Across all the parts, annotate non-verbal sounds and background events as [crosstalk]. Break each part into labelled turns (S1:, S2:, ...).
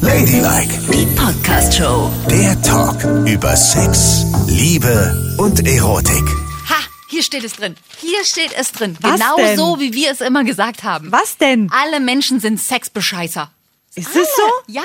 S1: Ladylike,
S2: Die Podcast Show.
S1: der Talk über Sex, Liebe und Erotik.
S3: Ha, hier steht es drin. Hier steht es drin.
S4: Was
S3: genau
S4: denn?
S3: so, wie wir es immer gesagt haben.
S4: Was denn?
S3: Alle Menschen sind Sexbescheißer.
S4: Ist es so?
S3: Ah, Ja.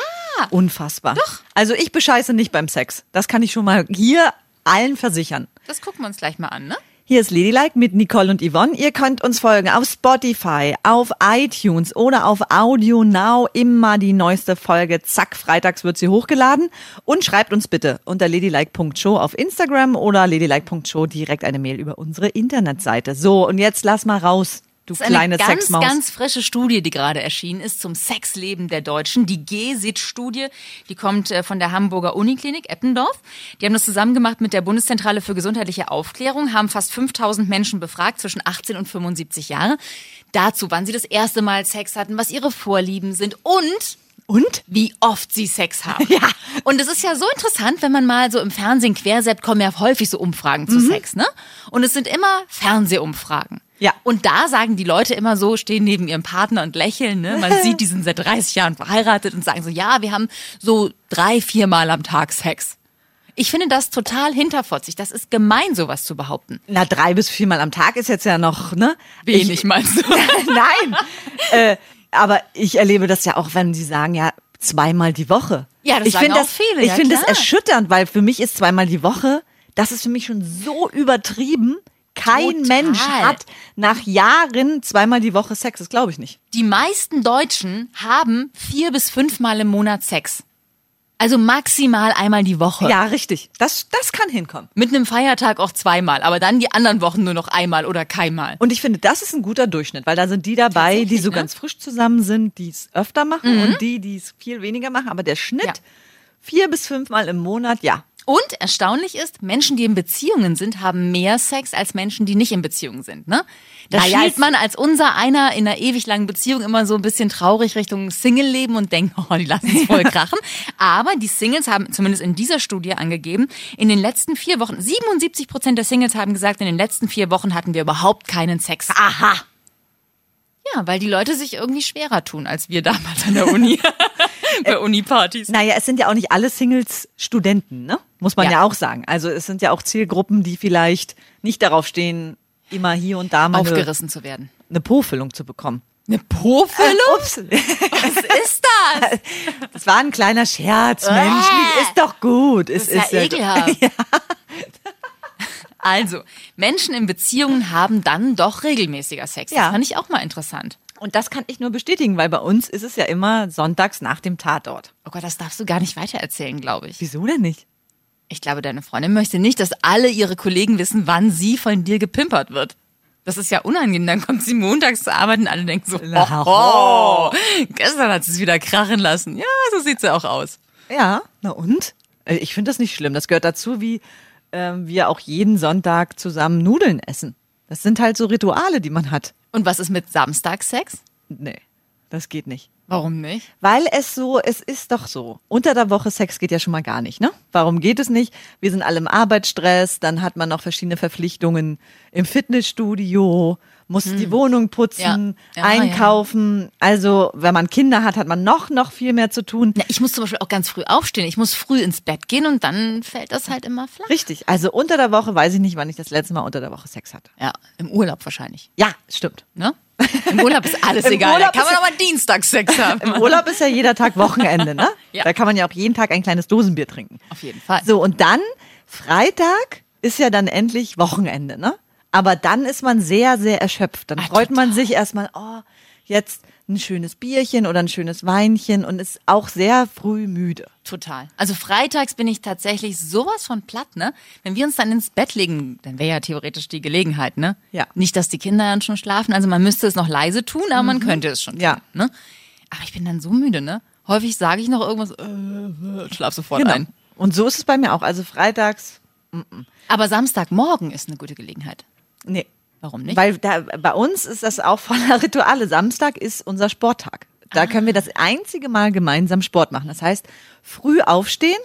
S4: Unfassbar.
S3: Doch.
S4: Also ich bescheiße nicht beim Sex. Das kann ich schon mal hier allen versichern.
S3: Das gucken wir uns gleich mal an, ne?
S4: Hier ist Ladylike mit Nicole und Yvonne. Ihr könnt uns folgen auf Spotify, auf iTunes oder auf Audio Now. Immer die neueste Folge. Zack, freitags wird sie hochgeladen. Und schreibt uns bitte unter ladylike.show auf Instagram oder ladylike.show direkt eine Mail über unsere Internetseite. So, und jetzt lass mal raus, du
S3: Das ist
S4: kleine
S3: eine ganz,
S4: Sexmaus.
S3: ganz frische Studie, die gerade erschienen ist zum Sexleben der Deutschen. Die GESIT-Studie, die kommt äh, von der Hamburger Uniklinik Eppendorf. Die haben das zusammen gemacht mit der Bundeszentrale für gesundheitliche Aufklärung, haben fast 5000 Menschen befragt zwischen 18 und 75 Jahre dazu, wann sie das erste Mal Sex hatten, was ihre Vorlieben sind und
S4: und?
S3: wie oft sie Sex haben.
S4: Ja.
S3: Und es ist [laughs] ja so interessant, wenn man mal so im Fernsehen quersäppt, kommen ja häufig so Umfragen zu Sex, ne? Und es sind immer Fernsehumfragen.
S4: Ja.
S3: Und da sagen die Leute immer so, stehen neben ihrem Partner und lächeln, ne? [laughs] Man sieht, die sind seit 30 Jahren verheiratet und sagen so, ja, wir haben so drei, viermal am Tag Sex. Ich finde das total hinterfotzig. Das ist gemein, sowas zu behaupten.
S4: Na, drei bis viermal am Tag ist jetzt ja noch, ne?
S3: Wenig meinst du?
S4: [laughs]
S3: [laughs]
S4: Nein. äh, aber ich erlebe das ja auch, wenn sie sagen, ja, zweimal die Woche.
S3: Ja, das
S4: ich
S3: sagen
S4: find
S3: auch
S4: das,
S3: viele,
S4: Ich
S3: ja,
S4: finde das
S3: klar.
S4: erschütternd, weil für mich ist zweimal die Woche, das ist für mich schon so übertrieben. Kein
S3: Total.
S4: Mensch hat nach Jahren zweimal die Woche Sex. Das glaube ich nicht.
S3: die meisten Deutschen haben vier bis fünfmal im Monat Sex. Also maximal einmal die Woche.
S4: Ja, richtig. Das, das kann hinkommen.
S3: Mit einem Feiertag auch zweimal, aber dann die anderen Wochen nur noch einmal oder keinmal.
S4: Und ich finde, das ist ein guter Durchschnitt, weil da sind die dabei, die
S3: Tatsächlich,
S4: so
S3: ne? Mhm.
S4: ganz frisch zusammen sind, die es öfter machen und die, die es viel weniger machen. Aber der Schnitt,
S3: Ja.
S4: vier bis fünfmal im Monat, ja.
S3: Und erstaunlich ist, Menschen, die in Beziehungen sind, haben mehr Sex als Menschen, die nicht in Beziehungen sind. Ne? Da
S4: Naja,
S3: schielt
S4: es-
S3: man als unser einer in einer ewig langen Beziehung immer so ein bisschen traurig Richtung Single-Leben und denkt, oh, die lassen es
S4: [laughs]
S3: voll krachen. Aber die Singles haben, zumindest in dieser Studie angegeben, in den letzten vier Wochen, 77 Prozent der Singles haben gesagt, in den letzten vier Wochen hatten wir überhaupt keinen Sex.
S4: Aha.
S3: Ja, weil die Leute sich irgendwie schwerer tun, als wir damals an der
S4: [laughs]
S3: Uni. [laughs] Bei Uni-Partys.
S4: Naja, es sind ja auch nicht alle Singles Studenten, ne? Muss man
S3: Ja.
S4: ja. auch sagen. Also es sind ja auch Zielgruppen, die vielleicht nicht darauf stehen, immer hier und da mal eine,
S3: aufgerissen zu werden.
S4: eine Pofelung zu bekommen. Äh,
S3: Eine Pofelung?
S4: Ups,
S3: Was ist das?
S4: das war ein kleiner Scherz, Mensch. Ist doch gut. Es
S3: Ah. Das ist [laughs] ja
S4: gut.
S3: ekelhaft. Also, Menschen in Beziehungen haben dann doch regelmäßiger Sex. Das
S4: Ja.
S3: fand ich auch mal interessant.
S4: Und das kann ich nur bestätigen, weil bei uns ist es ja immer sonntags nach dem Tatort.
S3: Oh Gott, das darfst du gar nicht weitererzählen, glaube ich.
S4: Wieso denn nicht?
S3: Ich glaube, deine Freundin möchte nicht, dass alle ihre Kollegen wissen, wann sie von dir gepimpert wird. Das ist ja unangenehm. Dann kommt sie montags zur Arbeit und alle denken so,
S4: Na,
S3: oh, gestern hat sie es wieder krachen lassen. Ja, so sieht sie auch aus.
S4: Ja, na und? Äh, Ich finde das nicht schlimm. Das gehört dazu, wie ähm, wir auch jeden Sonntag zusammen Nudeln essen. Das sind halt so Rituale, die man hat.
S3: Und was ist mit Samstagsex?
S4: Nee, das geht nicht.
S3: Warum nicht?
S4: Weil es so, es ist doch so. Unter der Woche Sex geht ja schon mal gar nicht, ne? Warum geht es nicht? Wir sind alle im Arbeitsstress, dann hat man noch verschiedene Verpflichtungen im Fitnessstudio, muss die Wohnung putzen,
S3: Hm. Ja. Ja,
S4: einkaufen. Also, wenn man Kinder hat, hat man noch, noch viel mehr zu tun.
S3: Na, ich muss zum Beispiel auch ganz früh aufstehen. Ich muss früh ins Bett gehen und dann fällt das halt immer flach.
S4: Richtig. Also, unter der Woche weiß ich nicht, wann ich das letzte Mal unter der Woche Sex hatte.
S3: Ja, im Urlaub wahrscheinlich.
S4: Ja, stimmt.
S3: Ne? Im Urlaub ist alles
S4: [laughs] Im
S3: egal.
S4: Urlaub
S3: da kann man
S4: ist-
S3: aber
S4: [laughs]
S3: Dienstagsex haben. [laughs]
S4: Im Urlaub ist ja jeder Tag Wochenende, ne?
S3: Ja.
S4: Da kann man ja auch jeden Tag ein kleines Dosenbier trinken.
S3: Auf jeden Fall.
S4: So, und dann, Freitag ist ja dann endlich Wochenende, ne? Aber dann ist man sehr, sehr erschöpft. Dann
S3: Ah,
S4: freut man sich erstmal, oh, jetzt ein schönes Bierchen oder ein schönes Weinchen und ist auch sehr früh müde.
S3: Total. Also freitags bin ich tatsächlich sowas von platt, ne? Wenn wir uns dann ins Bett legen, dann wäre ja theoretisch die Gelegenheit, ne?
S4: Ja.
S3: Nicht, dass die Kinder dann schon schlafen. Also man müsste es noch leise tun, aber man könnte es schon tun,
S4: Mhm. Ja.
S3: ne? Aber ich bin dann so müde, ne? Häufig sage ich noch irgendwas, äh, äh, schlaf sofort
S4: Genau.
S3: ein.
S4: Und so ist es bei mir auch. Also freitags,
S3: Aber Samstagmorgen ist eine gute Gelegenheit.
S4: nee.
S3: Warum nicht?
S4: Weil da, bei uns ist das auch voller [laughs] Rituale. Samstag ist unser Sporttag. Da
S3: Ah.
S4: können wir das einzige Mal gemeinsam Sport machen. Das heißt, früh aufstehen,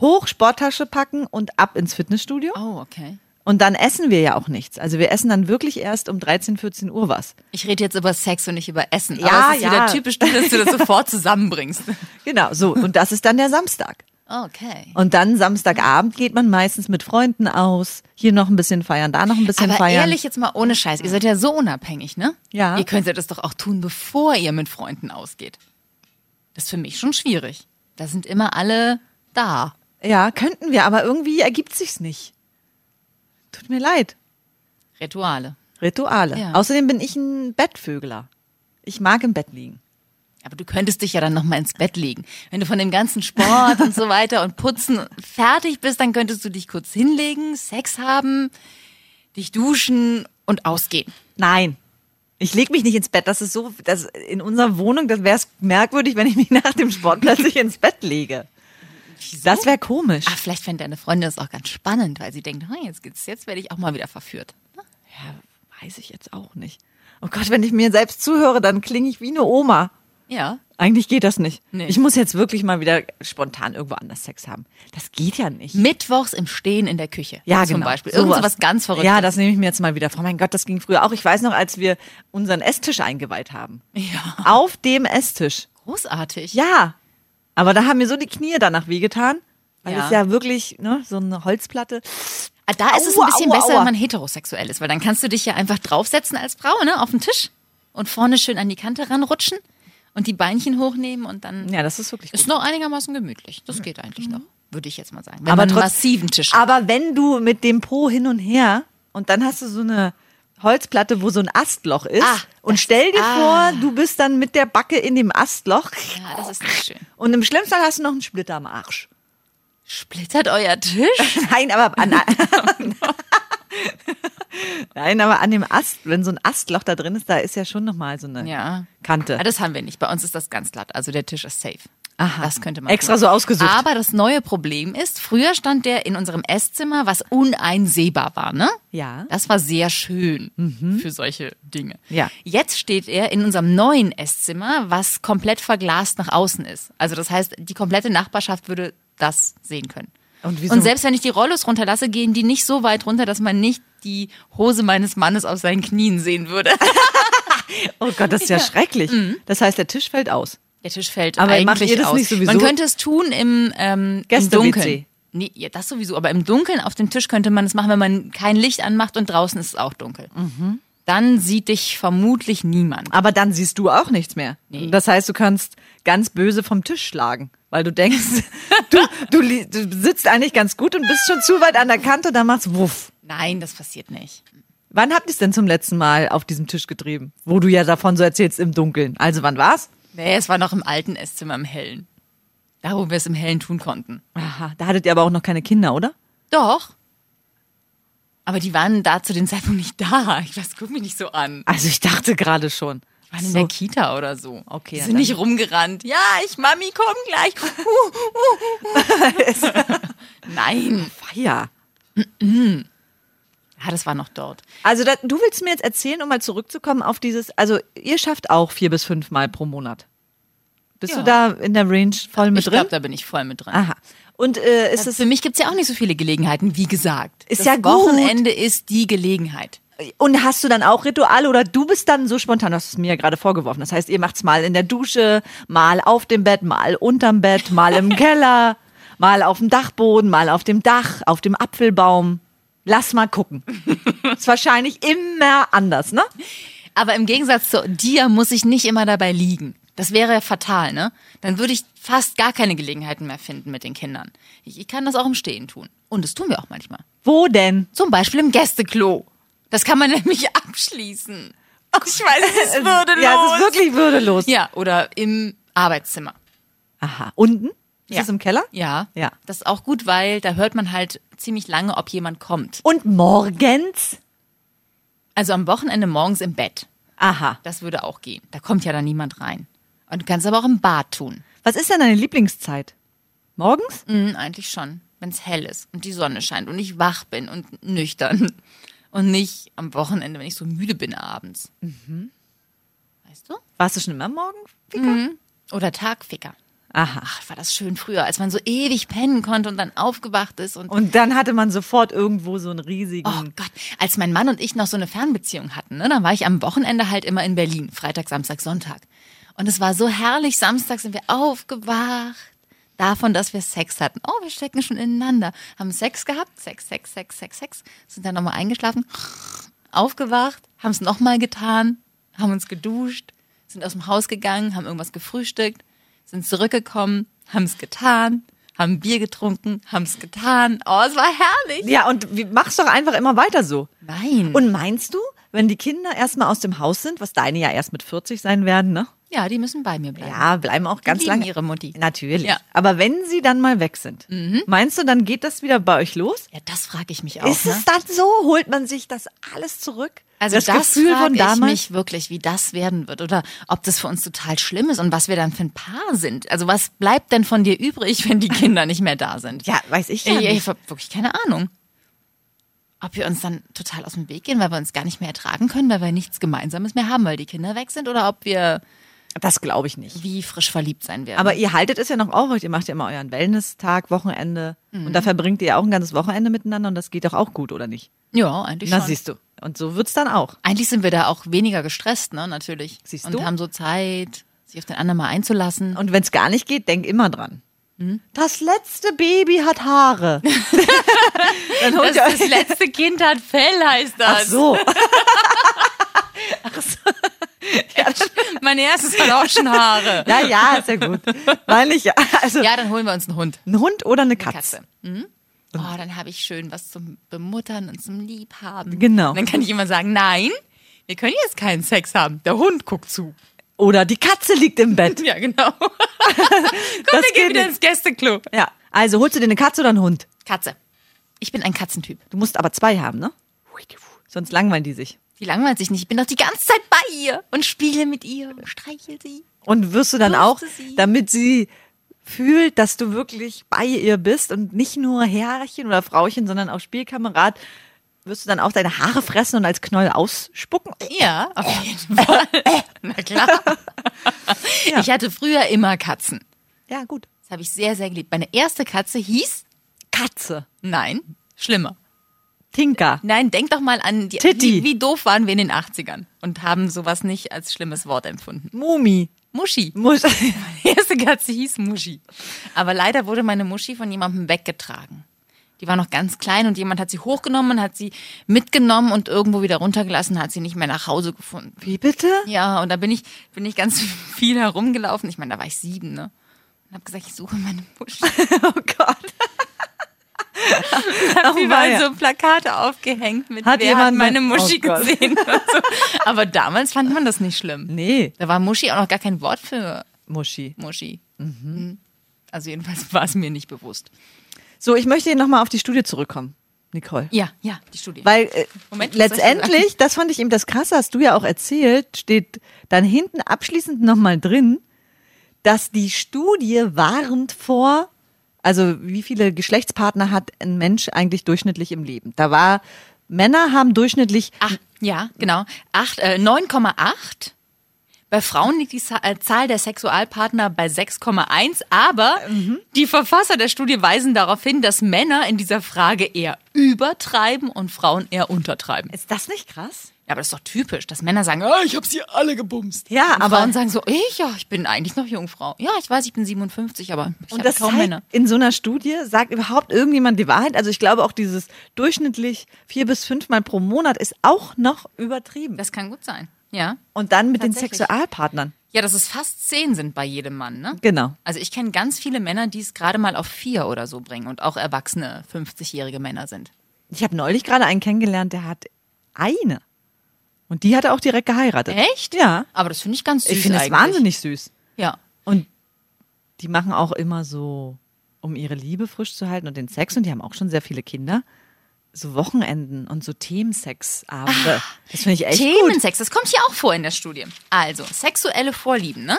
S4: hoch Sporttasche packen und ab ins Fitnessstudio.
S3: oh, okay.
S4: Und dann essen wir ja auch nichts. Also wir essen dann wirklich erst um 13, 14 Uhr was.
S3: Ich rede jetzt über Sex und nicht über Essen.
S4: Ja,
S3: aber es ist
S4: ja.
S3: wieder typisch, du, dass du das sofort zusammenbringst.
S4: Genau, so. Und das ist dann der Samstag.
S3: [laughs] Okay.
S4: Und dann Samstagabend geht man meistens mit Freunden aus. Hier noch ein bisschen feiern, da noch ein bisschen
S3: Aber
S4: feiern.
S3: ehrlich jetzt mal ohne Scheiß, ihr seid ja so unabhängig, ne?
S4: Ja.
S3: Ihr könntet das doch auch tun, bevor ihr mit Freunden ausgeht. Das ist für mich schon schwierig. Da sind immer alle da.
S4: Ja, könnten wir, aber irgendwie ergibt sich's nicht. Tut mir leid.
S3: Rituale.
S4: Rituale.
S3: Ja.
S4: Außerdem bin ich ein Bettvögler. Ich mag im Bett liegen.
S3: Aber du könntest dich ja dann nochmal ins Bett legen. Wenn du von dem ganzen Sport und so weiter und Putzen fertig bist, dann könntest du dich kurz hinlegen, Sex haben, dich duschen und ausgehen.
S4: Nein. Ich leg mich nicht ins Bett. Das ist so, das in unserer Wohnung, das wäre merkwürdig, wenn ich mich [laughs] nach dem Sport plötzlich ins Bett lege. Das wäre komisch.
S3: Ah, vielleicht fände deine Freundin das auch ganz spannend, weil sie denkt, "Hm, jetzt geht's, jetzt werde ich auch mal wieder verführt.
S4: Ja, weiß ich jetzt auch nicht. Oh Gott, wenn ich mir selbst zuhöre, dann klinge ich wie eine Oma.
S3: Ja.
S4: Eigentlich geht das nicht.
S3: Nee.
S4: Ich muss jetzt wirklich mal wieder spontan irgendwo anders Sex haben. Das geht ja nicht.
S3: Mittwochs im Stehen in der Küche.
S4: Ja,
S3: zum
S4: genau.
S3: Beispiel. Irgend
S4: Sowas.
S3: sowas ganz Verrücktes.
S4: Ja, das nehme ich mir jetzt mal wieder vor. Mein Gott, das ging früher auch. Ich weiß noch, als wir unseren Esstisch eingeweiht haben.
S3: Ja.
S4: Auf dem Esstisch.
S3: Großartig.
S4: Ja. Aber da haben mir so die Knie danach wehgetan. Weil
S3: Ja.
S4: es ja wirklich, ne, so eine Holzplatte.
S3: Ah, Da ist es ein
S4: Aua,
S3: bisschen
S4: aua,
S3: besser,
S4: aua.
S3: wenn man heterosexuell ist, weil dann kannst du dich ja einfach draufsetzen als Frau, ne, auf den Tisch und vorne schön an die Kante ranrutschen und die Beinchen hochnehmen und dann
S4: Ja, das ist wirklich gut.
S3: ist noch einigermaßen gemütlich. Das geht eigentlich noch, würde ich jetzt mal sagen. Wenn
S4: Aber
S3: man einen
S4: trotz- Ah.
S3: massiven Tisch hat.
S4: Aber wenn du mit dem Po hin und her und dann hast du so eine Holzplatte, wo so ein Astloch ist.
S3: Ah,
S4: und
S3: das-
S4: stell dir
S3: ah.
S4: vor, du bist dann mit der Backe in dem Astloch.
S3: Ja, das ist nicht schön.
S4: Und im schlimmsten Fall hast du noch einen Splitter am Arsch.
S3: Splittert euer
S4: [laughs]
S3: Tisch?
S4: Nein,
S3: [laughs]
S4: aber an, Nein, aber an dem Ast, wenn so ein Astloch da drin ist, da ist ja schon nochmal so eine
S3: Ja.
S4: Kante.
S3: Ah, das haben wir nicht. Bei uns ist das ganz glatt. Also der Tisch ist safe.
S4: Aha.
S3: Das könnte man
S4: Extra
S3: tun.
S4: so ausgesucht.
S3: Aber das neue Problem ist, früher stand der in unserem Esszimmer, was uneinsehbar war, ne?
S4: Ja. Mhm.
S3: Das war sehr schön für solche Dinge.
S4: Ja.
S3: Jetzt steht er in unserem neuen Esszimmer, was komplett verglast nach außen ist. Also das heißt, die komplette Nachbarschaft würde das sehen können.
S4: Und wieso-
S3: Und selbst wenn ich die Rollos runterlasse, gehen die nicht so weit runter, dass man nicht die Hose meines Mannes auf seinen Knien sehen würde.
S4: oh Gott, das
S3: [laughs]
S4: ist ja, schrecklich.
S3: Mhm.
S4: Das heißt, der Tisch fällt aus.
S3: Der Tisch fällt
S4: Aber
S3: eigentlich
S4: macht ihr das
S3: aus.
S4: nicht sowieso?
S3: Man könnte es tun im, ähm, im
S4: Gäste-WC.
S3: Dunkeln. Nee, ja, das sowieso, aber im Dunkeln auf dem Tisch könnte man es machen, wenn man kein Licht anmacht und draußen ist es auch dunkel.
S4: Mhm.
S3: Dann sieht dich vermutlich niemand.
S4: Aber dann siehst du auch nichts mehr. Das heißt, du kannst ganz böse vom Tisch schlagen, weil du denkst, [laughs] du, du, li- du sitzt eigentlich ganz gut und bist schon zu weit an der Kante und dann machst wuff.
S3: Nein, das passiert nicht.
S4: Wann habt ihr es denn zum letzten Mal auf diesem Tisch getrieben? Wo du ja davon so erzählst im Dunkeln. Also wann war's?
S3: Nee, es war noch im alten Esszimmer im Hellen. Da, wo wir es im Hellen tun konnten.
S4: Aha, da hattet ihr aber auch noch keine Kinder, oder?
S3: Doch. Aber die waren da zu dem Zeitpunkt nicht da. Ich weiß, guck mich nicht so an.
S4: Also ich dachte gerade schon.
S3: Die waren in der Kita oder so.
S4: Okay,
S3: Die
S4: ja,
S3: sind
S4: dann-
S3: nicht rumgerannt. Ja, ich, Mami, komm gleich. [laughs] Nein.
S4: ja.
S3: Ja, Ah, das war noch dort.
S4: Also da, du willst mir jetzt erzählen, um mal zurückzukommen auf dieses, also ihr schafft auch vier bis fünf Mal pro Monat. Bist
S3: Ja.
S4: du da in der Range voll mit
S3: ich
S4: drin?
S3: glaube, da bin ich voll mit drin.
S4: Aha. Und äh, ist
S3: Ah, Das
S4: es
S3: für mich gibt's ja auch nicht so viele Gelegenheiten, wie gesagt.
S4: Ist
S3: das
S4: ja gut.
S3: Wochenende ist die Gelegenheit.
S4: und hast du dann auch Rituale oder du bist dann so spontan, du hast es mir ja gerade vorgeworfen. Das heißt, ihr macht's mal in der Dusche, mal auf dem Bett, mal unterm Bett,
S3: [laughs]
S4: mal im Keller, mal auf dem Dachboden, mal auf dem Dach, auf dem Apfelbaum. Lass
S3: [laughs]
S4: mal gucken. ist wahrscheinlich immer anders, ne?
S3: Aber im Gegensatz zu dir muss ich nicht immer dabei liegen. Das wäre fatal, ne? Dann würde ich fast gar keine Gelegenheiten mehr finden mit den Kindern. Ich, ich kann das auch im Stehen tun. Und das tun wir auch manchmal.
S4: Wo denn?
S3: Zum Beispiel im Gästeklo. Das kann man [laughs] nämlich abschließen. Ich weiß, es ist würdelos.
S4: [laughs] Ja, es ist wirklich würdelos.
S3: ja, oder im Arbeitszimmer.
S4: Aha. Unten? Ist
S3: Ja.
S4: es im Keller?
S3: Ja.
S4: Ja.
S3: Das ist auch gut, weil da hört man halt ziemlich lange, ob jemand kommt.
S4: Und morgens?
S3: Also am Wochenende morgens im Bett.
S4: Aha.
S3: Das würde auch gehen. Da kommt ja dann niemand rein. Und du kannst aber auch im Bad tun.
S4: Was ist denn deine Lieblingszeit? Morgens?
S3: Mm, eigentlich schon, wenn es hell ist und die Sonne scheint und ich wach bin und nüchtern [laughs] und nicht am Wochenende, wenn ich so müde bin abends.
S4: Mhm.
S3: Weißt du?
S4: Warst du schon immer morgen?
S3: Oder Tagficker.
S4: Aha.
S3: Ach, war das schön früher, als man so ewig pennen konnte und dann aufgewacht ist und
S4: Und dann hatte man sofort irgendwo so einen riesigen.
S3: Oh Gott, als mein Mann und ich noch so eine Fernbeziehung hatten, ne, dann war ich am Wochenende halt immer in Berlin, Freitag, Samstag, Sonntag. Und es war so herrlich, Samstag sind wir aufgewacht davon, dass wir Sex hatten. Oh, wir stecken schon ineinander. Haben Sex gehabt, Sex, Sex, Sex, Sex, Sex, sind dann nochmal eingeschlafen, aufgewacht, haben es nochmal getan, haben uns geduscht, sind aus dem Haus gegangen, haben irgendwas gefrühstückt, sind zurückgekommen, haben es getan, haben Bier getrunken, haben es getan. Oh, es war herrlich.
S4: Ja, und wie, mach's doch einfach immer weiter so.
S3: Nein.
S4: Und meinst du, wenn die Kinder erstmal aus dem Haus sind, was deine ja erst mit 40 sein werden, ne?
S3: Ja, die müssen bei mir bleiben.
S4: Ja, bleiben auch ganz
S3: lieben
S4: lange.
S3: ihre Mutti.
S4: Natürlich.
S3: Ja. Mhm.
S4: Aber wenn sie dann mal weg sind, meinst du, dann geht das wieder bei euch los?
S3: Ja, das frage ich mich auch.
S4: Ist
S3: ne?
S4: es dann so? Holt man sich das alles zurück?
S3: also
S4: das,
S3: das,
S4: Gefühl
S3: frag
S4: von
S3: ich
S4: damals?
S3: mich wirklich, wie das werden wird oder ob das für uns total schlimm ist und was wir dann für ein Paar sind. Also was bleibt denn von dir übrig, wenn die Kinder nicht mehr da sind?
S4: ja, weiß ich ja
S3: ich,
S4: nicht.
S3: ich habe wirklich keine Ahnung. Ob wir uns dann total aus dem Weg gehen, weil wir uns gar nicht mehr ertragen können, weil wir nichts Gemeinsames mehr haben, weil die Kinder weg sind oder ob wir
S4: Das glaube ich nicht.
S3: wie frisch verliebt sein werden.
S4: Aber ihr haltet es ja noch aufrecht. Ihr macht ja immer euren Wellness-Tag, Wochenende. Und
S3: Mhm.
S4: da verbringt ihr ja auch ein ganzes Wochenende miteinander und das geht doch auch gut, oder nicht?
S3: ja, eigentlich
S4: Na,
S3: schon.
S4: siehst du. Und so wird's dann auch.
S3: Eigentlich sind wir da auch weniger gestresst, ne, natürlich.
S4: Siehst
S3: und
S4: du?
S3: haben so Zeit, sich auf den anderen mal einzulassen.
S4: Und wenn's gar nicht geht, denk immer dran.
S3: Mhm.
S4: Das letzte Baby hat
S3: [laughs]
S4: Haare. dann holt ihr
S3: Das, das
S4: euch.
S3: letzte Kind hat Fell, heißt
S4: Ach
S3: das.
S4: so.
S3: Mein erstes hat auch schon
S4: [laughs]
S3: Haare.
S4: Ja, ja, ist ja gut. Meine ich ja. [laughs] Also
S3: Ja, dann holen wir uns einen Hund.
S4: ein Hund oder eine Katze.
S3: Katze. Mhm. Oh, dann habe ich schön was zum Bemuttern und zum Liebhaben.
S4: Genau.
S3: Und dann kann ich immer sagen, nein, wir können jetzt keinen Sex haben. Der Hund guckt zu.
S4: Oder die Katze liegt im Bett.
S3: Ja, genau. [laughs] Komm,
S4: Das
S3: wir
S4: geht
S3: gehen wieder
S4: nicht.
S3: ins Gästeklo.
S4: Ja. Also holst du dir eine Katze oder einen Hund?
S3: Katze. Ich bin ein Katzentyp.
S4: Du musst aber zwei haben, ne? Sonst langweilen die sich.
S3: Die langweilt sich nicht. Ich bin doch die ganze Zeit bei ihr und spiele mit ihr und streichel sie.
S4: Und wirst du dann
S3: Durfte
S4: auch,
S3: sie.
S4: damit sie fühlt, dass du wirklich bei ihr bist und nicht nur Herrchen oder Frauchen, sondern auch Spielkamerad, wirst du dann auch deine Haare fressen und als Knoll ausspucken?
S3: Ja, auf jeden
S4: [laughs]
S3: Fall. Na klar.
S4: Ja.
S3: Ich hatte früher immer Katzen.
S4: Ja, gut.
S3: Das habe ich sehr, sehr geliebt. Meine erste Katze hieß,
S4: Katze.
S3: nein, schlimmer.
S4: Tinker.
S3: Nein, denk doch mal an die, wie,
S4: Titti.
S3: wie doof waren wir in den 80ern und haben sowas nicht als schlimmes Wort empfunden.
S4: Mumi.
S3: Muschi. [laughs]
S4: Muss [laughs]
S3: Meine erste Katze hieß Muschi. Aber leider wurde meine Muschi von jemandem weggetragen. Die war noch ganz klein und jemand hat sie hochgenommen, hat sie mitgenommen und irgendwo wieder runtergelassen, hat sie nicht mehr nach Hause gefunden.
S4: Wie bitte?
S3: Ja, und da bin ich, bin ich ganz [laughs] viel herumgelaufen. Ich meine, da war ich sieben, ne? Und habe gesagt, ich suche meine
S4: [laughs]
S3: Muschel.
S4: Oh [laughs] Gott.
S3: Hab überall
S4: Oh, weia.
S3: so Plakate aufgehängt mit
S4: Hat
S3: wer hat
S4: jemand
S3: meine
S4: mein-
S3: Muschi
S4: Oh Gott.
S3: gesehen.
S4: [laughs]
S3: und So. Aber damals fand man das nicht schlimm.
S4: Nee,
S3: Da war Muschi auch noch gar kein Wort für
S4: Muschi.
S3: Muschi. Mhm. Also jedenfalls war es mir nicht bewusst.
S4: So, ich möchte hier nochmal auf die Studie zurückkommen, Nicole.
S3: Ja, ja, die Studie.
S4: Weil äh,
S3: Moment, was soll ich
S4: letztendlich, das fand ich eben das Krasse, hast du ja auch erzählt, steht dann hinten abschließend nochmal drin, dass die Studie warnt vor, also wie viele Geschlechtspartner hat ein Mensch eigentlich durchschnittlich im Leben. Da war, Männer haben durchschnittlich,
S3: Ach, ja, genau. Acht, äh, 9,8. Bei Frauen liegt die Sa- äh, Zahl der Sexualpartner bei 6,1, aber
S4: Mhm.
S3: die Verfasser der Studie weisen darauf hin, dass Männer in dieser Frage eher übertreiben und Frauen eher untertreiben.
S4: ist das nicht krass?
S3: Ja, aber das ist doch typisch, dass Männer sagen, ah, ich habe sie alle gebumst.
S4: Ja,
S3: und
S4: aber-
S3: Frauen sagen so, ich, ja, ich bin eigentlich noch Jungfrau. Ja, ich weiß, ich bin 57, aber ich
S4: Und
S3: habe
S4: das
S3: kaum
S4: zeigt,
S3: Männer.
S4: in so einer Studie sagt überhaupt irgendjemand die Wahrheit. Also ich glaube auch dieses durchschnittlich vier bis fünfmal pro Monat ist auch noch übertrieben.
S3: Das kann gut sein. Ja.
S4: Und dann mit den
S3: Tatsächlich.
S4: Sexualpartnern.
S3: Ja, dass es fast zehn sind bei jedem Mann, ne?
S4: Genau.
S3: Also ich kenne ganz viele Männer, die es gerade mal auf vier oder so bringen und auch erwachsene 50-jährige Männer sind.
S4: Ich habe neulich gerade einen kennengelernt, der hat eine. Und die hat er auch direkt geheiratet.
S3: Echt?
S4: Ja.
S3: Aber das finde ich ganz süß.
S4: Ich finde es
S3: eigentlich.
S4: wahnsinnig süß.
S3: Ja.
S4: Und die machen auch immer so, um ihre Liebe frisch zu halten und den Sex, und die haben auch schon sehr viele Kinder, so Wochenenden und so Themensexabende. Das finde ich echt gut.
S3: Themensex, das kommt hier auch vor in der Studie. Also, sexuelle Vorlieben, ne?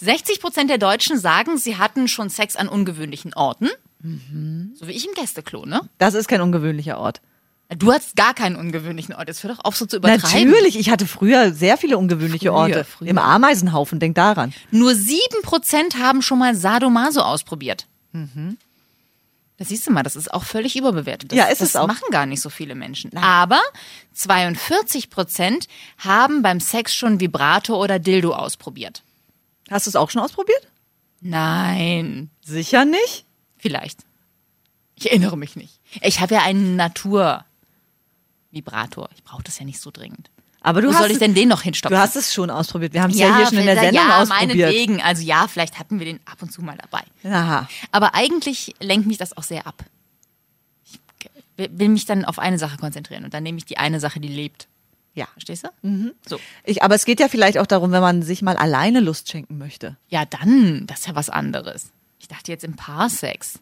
S3: 60 Prozent der Deutschen sagen, sie hatten schon Sex
S4: Mhm.
S3: an ungewöhnlichen Orten. So wie ich im Gästeklo, ne?
S4: Das ist kein ungewöhnlicher Ort.
S3: Du hattest gar keinen ungewöhnlichen Ort. Jetzt hör doch auf, so zu übertreiben.
S4: Natürlich, ich hatte früher sehr viele ungewöhnliche
S3: Früher,
S4: Orte.
S3: früher.
S4: Im Ameisenhaufen, denk daran.
S3: Nur 7% haben schon mal Sadomaso ausprobiert. Das siehst du mal, das ist auch völlig überbewertet. Das,
S4: Ja, ist
S3: das
S4: es auch.
S3: machen gar nicht so viele Menschen. Aber 42% haben beim Sex schon Vibrator oder Dildo ausprobiert.
S4: Hast du es auch schon ausprobiert?
S3: Nein,
S4: Sicher nicht.
S3: vielleicht. Ich erinnere mich nicht. Ich habe ja einen Natur-Vibrator. Ich brauche das ja nicht so dringend.
S4: Aber du
S3: Wo
S4: hast
S3: soll ich
S4: es-
S3: denn den noch hinstopfen?
S4: Du hast es schon ausprobiert. Wir haben es ja, hier schon in der
S3: vielleicht-
S4: Sendung
S3: ja,
S4: ausprobiert.
S3: meinetwegen. Also ja, vielleicht hatten wir den ab und zu mal dabei.
S4: Aha.
S3: Aber eigentlich lenkt mich das auch sehr ab. Ich will mich dann auf eine Sache konzentrieren und dann nehme ich die eine Sache, die lebt.
S4: Ja. Mhm.
S3: Verstehst du? So.
S4: Ich, aber es geht ja vielleicht auch darum, wenn man sich mal alleine Lust schenken möchte.
S3: Ja, dann, das ist ja was anderes. Ich dachte jetzt im Paarsex.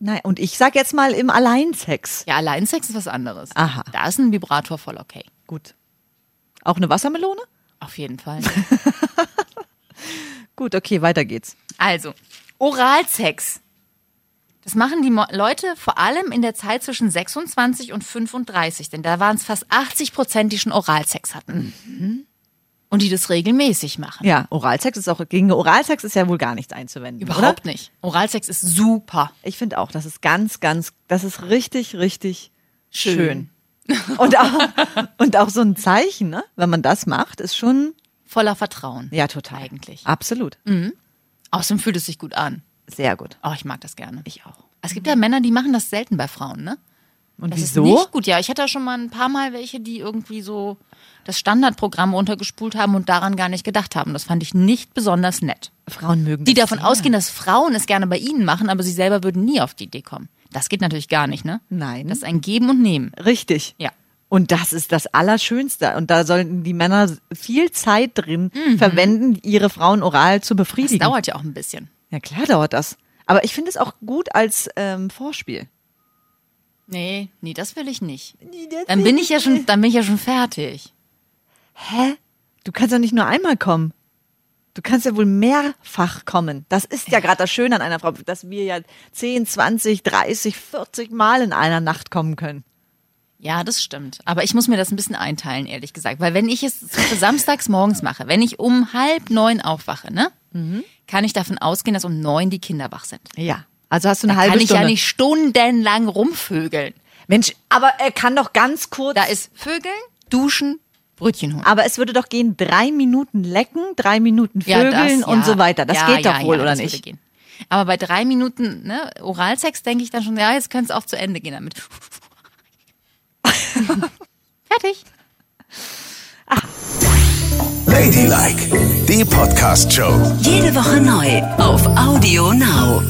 S4: Nein, und ich sag jetzt mal im Alleinsex.
S3: Ja, Alleinsex ist was anderes.
S4: Aha.
S3: Da ist ein Vibrator voll okay.
S4: Gut. Auch eine Wassermelone?
S3: Auf jeden Fall. [laughs]
S4: Gut, okay, weiter geht's.
S3: Also, Oralsex. Das machen die Mo Leute vor allem in der Zeit zwischen 26 und 35, denn da waren es fast 80 Prozent, die schon Oralsex hatten.
S4: Mhm.
S3: Und die das regelmäßig machen.
S4: Ja, Oralsex ist auch, gegen Oralsex ist ja wohl gar nichts einzuwenden.
S3: Überhaupt
S4: Oder?
S3: nicht. Oralsex ist super.
S4: Ich finde auch, das ist ganz, ganz, das ist richtig, richtig schön.
S3: Schön.
S4: Und, auch, [laughs] und auch so ein Zeichen, ne? wenn man das macht, ist schon,
S3: Voller Vertrauen.
S4: ja, total.
S3: Eigentlich.
S4: Absolut.
S3: Mhm. Außerdem fühlt es sich gut an.
S4: Sehr gut.
S3: Oh, ich mag das gerne. Ich auch. Es gibt ja Männer, die machen das selten bei Frauen, ne?
S4: Und
S3: Das
S4: wieso?
S3: ist nicht gut. Ja, ich hatte ja schon mal ein paar Mal welche, die irgendwie so das Standardprogramm runtergespult haben und daran gar nicht gedacht haben. Das fand ich nicht besonders nett.
S4: Frauen mögen
S3: Die
S4: das
S3: davon
S4: sehr.
S3: ausgehen, dass Frauen es gerne bei ihnen machen, aber sie selber würden nie auf die Idee kommen. Das geht natürlich gar nicht, ne?
S4: Nein.
S3: Das ist ein Geben und Nehmen.
S4: Richtig.
S3: Ja.
S4: Und das ist das Allerschönste. Und da sollten die Männer viel Zeit drin verwenden, ihre Frauen oral zu
S3: Mhm. Das
S4: befriedigen.
S3: dauert ja auch ein bisschen.
S4: Ja, klar dauert das. Aber ich finde es auch gut als ähm, Vorspiel.
S3: Nee, nee, das will ich nicht.
S4: das
S3: Dann bin ich ja schon, dann bin ich ja schon fertig.
S4: Hä? Du kannst ja nicht nur einmal kommen. Du kannst ja wohl mehrfach kommen. Das ist ja gerade das Schöne an einer Frau, dass wir ja 10, 20, 30, 40 Mal in einer Nacht kommen können.
S3: Ja, das stimmt. Aber ich muss mir das ein bisschen einteilen, ehrlich gesagt. Weil wenn ich es für samstags morgens mache, wenn ich um halb neun aufwache, ne?
S4: Mhm.
S3: Kann ich davon ausgehen, dass um neun die Kinder wach sind.
S4: Ja. Also hast du eine halbe
S3: Kann ich
S4: Stunde.
S3: ja nicht stundenlang rumvögeln.
S4: Mensch, aber er kann doch ganz kurz.
S3: Da ist Vögeln, Duschen, Brötchen holen.
S4: Mhm. aber es würde doch gehen, drei Minuten lecken, drei Minuten vögeln
S3: das,
S4: und
S3: ja.
S4: so weiter. Das
S3: Ja,
S4: geht
S3: ja,
S4: doch wohl,
S3: ja,
S4: oder
S3: das würde
S4: nicht?
S3: Gehen. Aber bei drei Minuten ne, Oralsex denke ich dann schon, ja, jetzt könnte es auch zu Ende gehen damit. [laughs] Fertig.
S1: Ladylike, die Podcast-Show.
S2: Jede Woche neu auf Audio Now.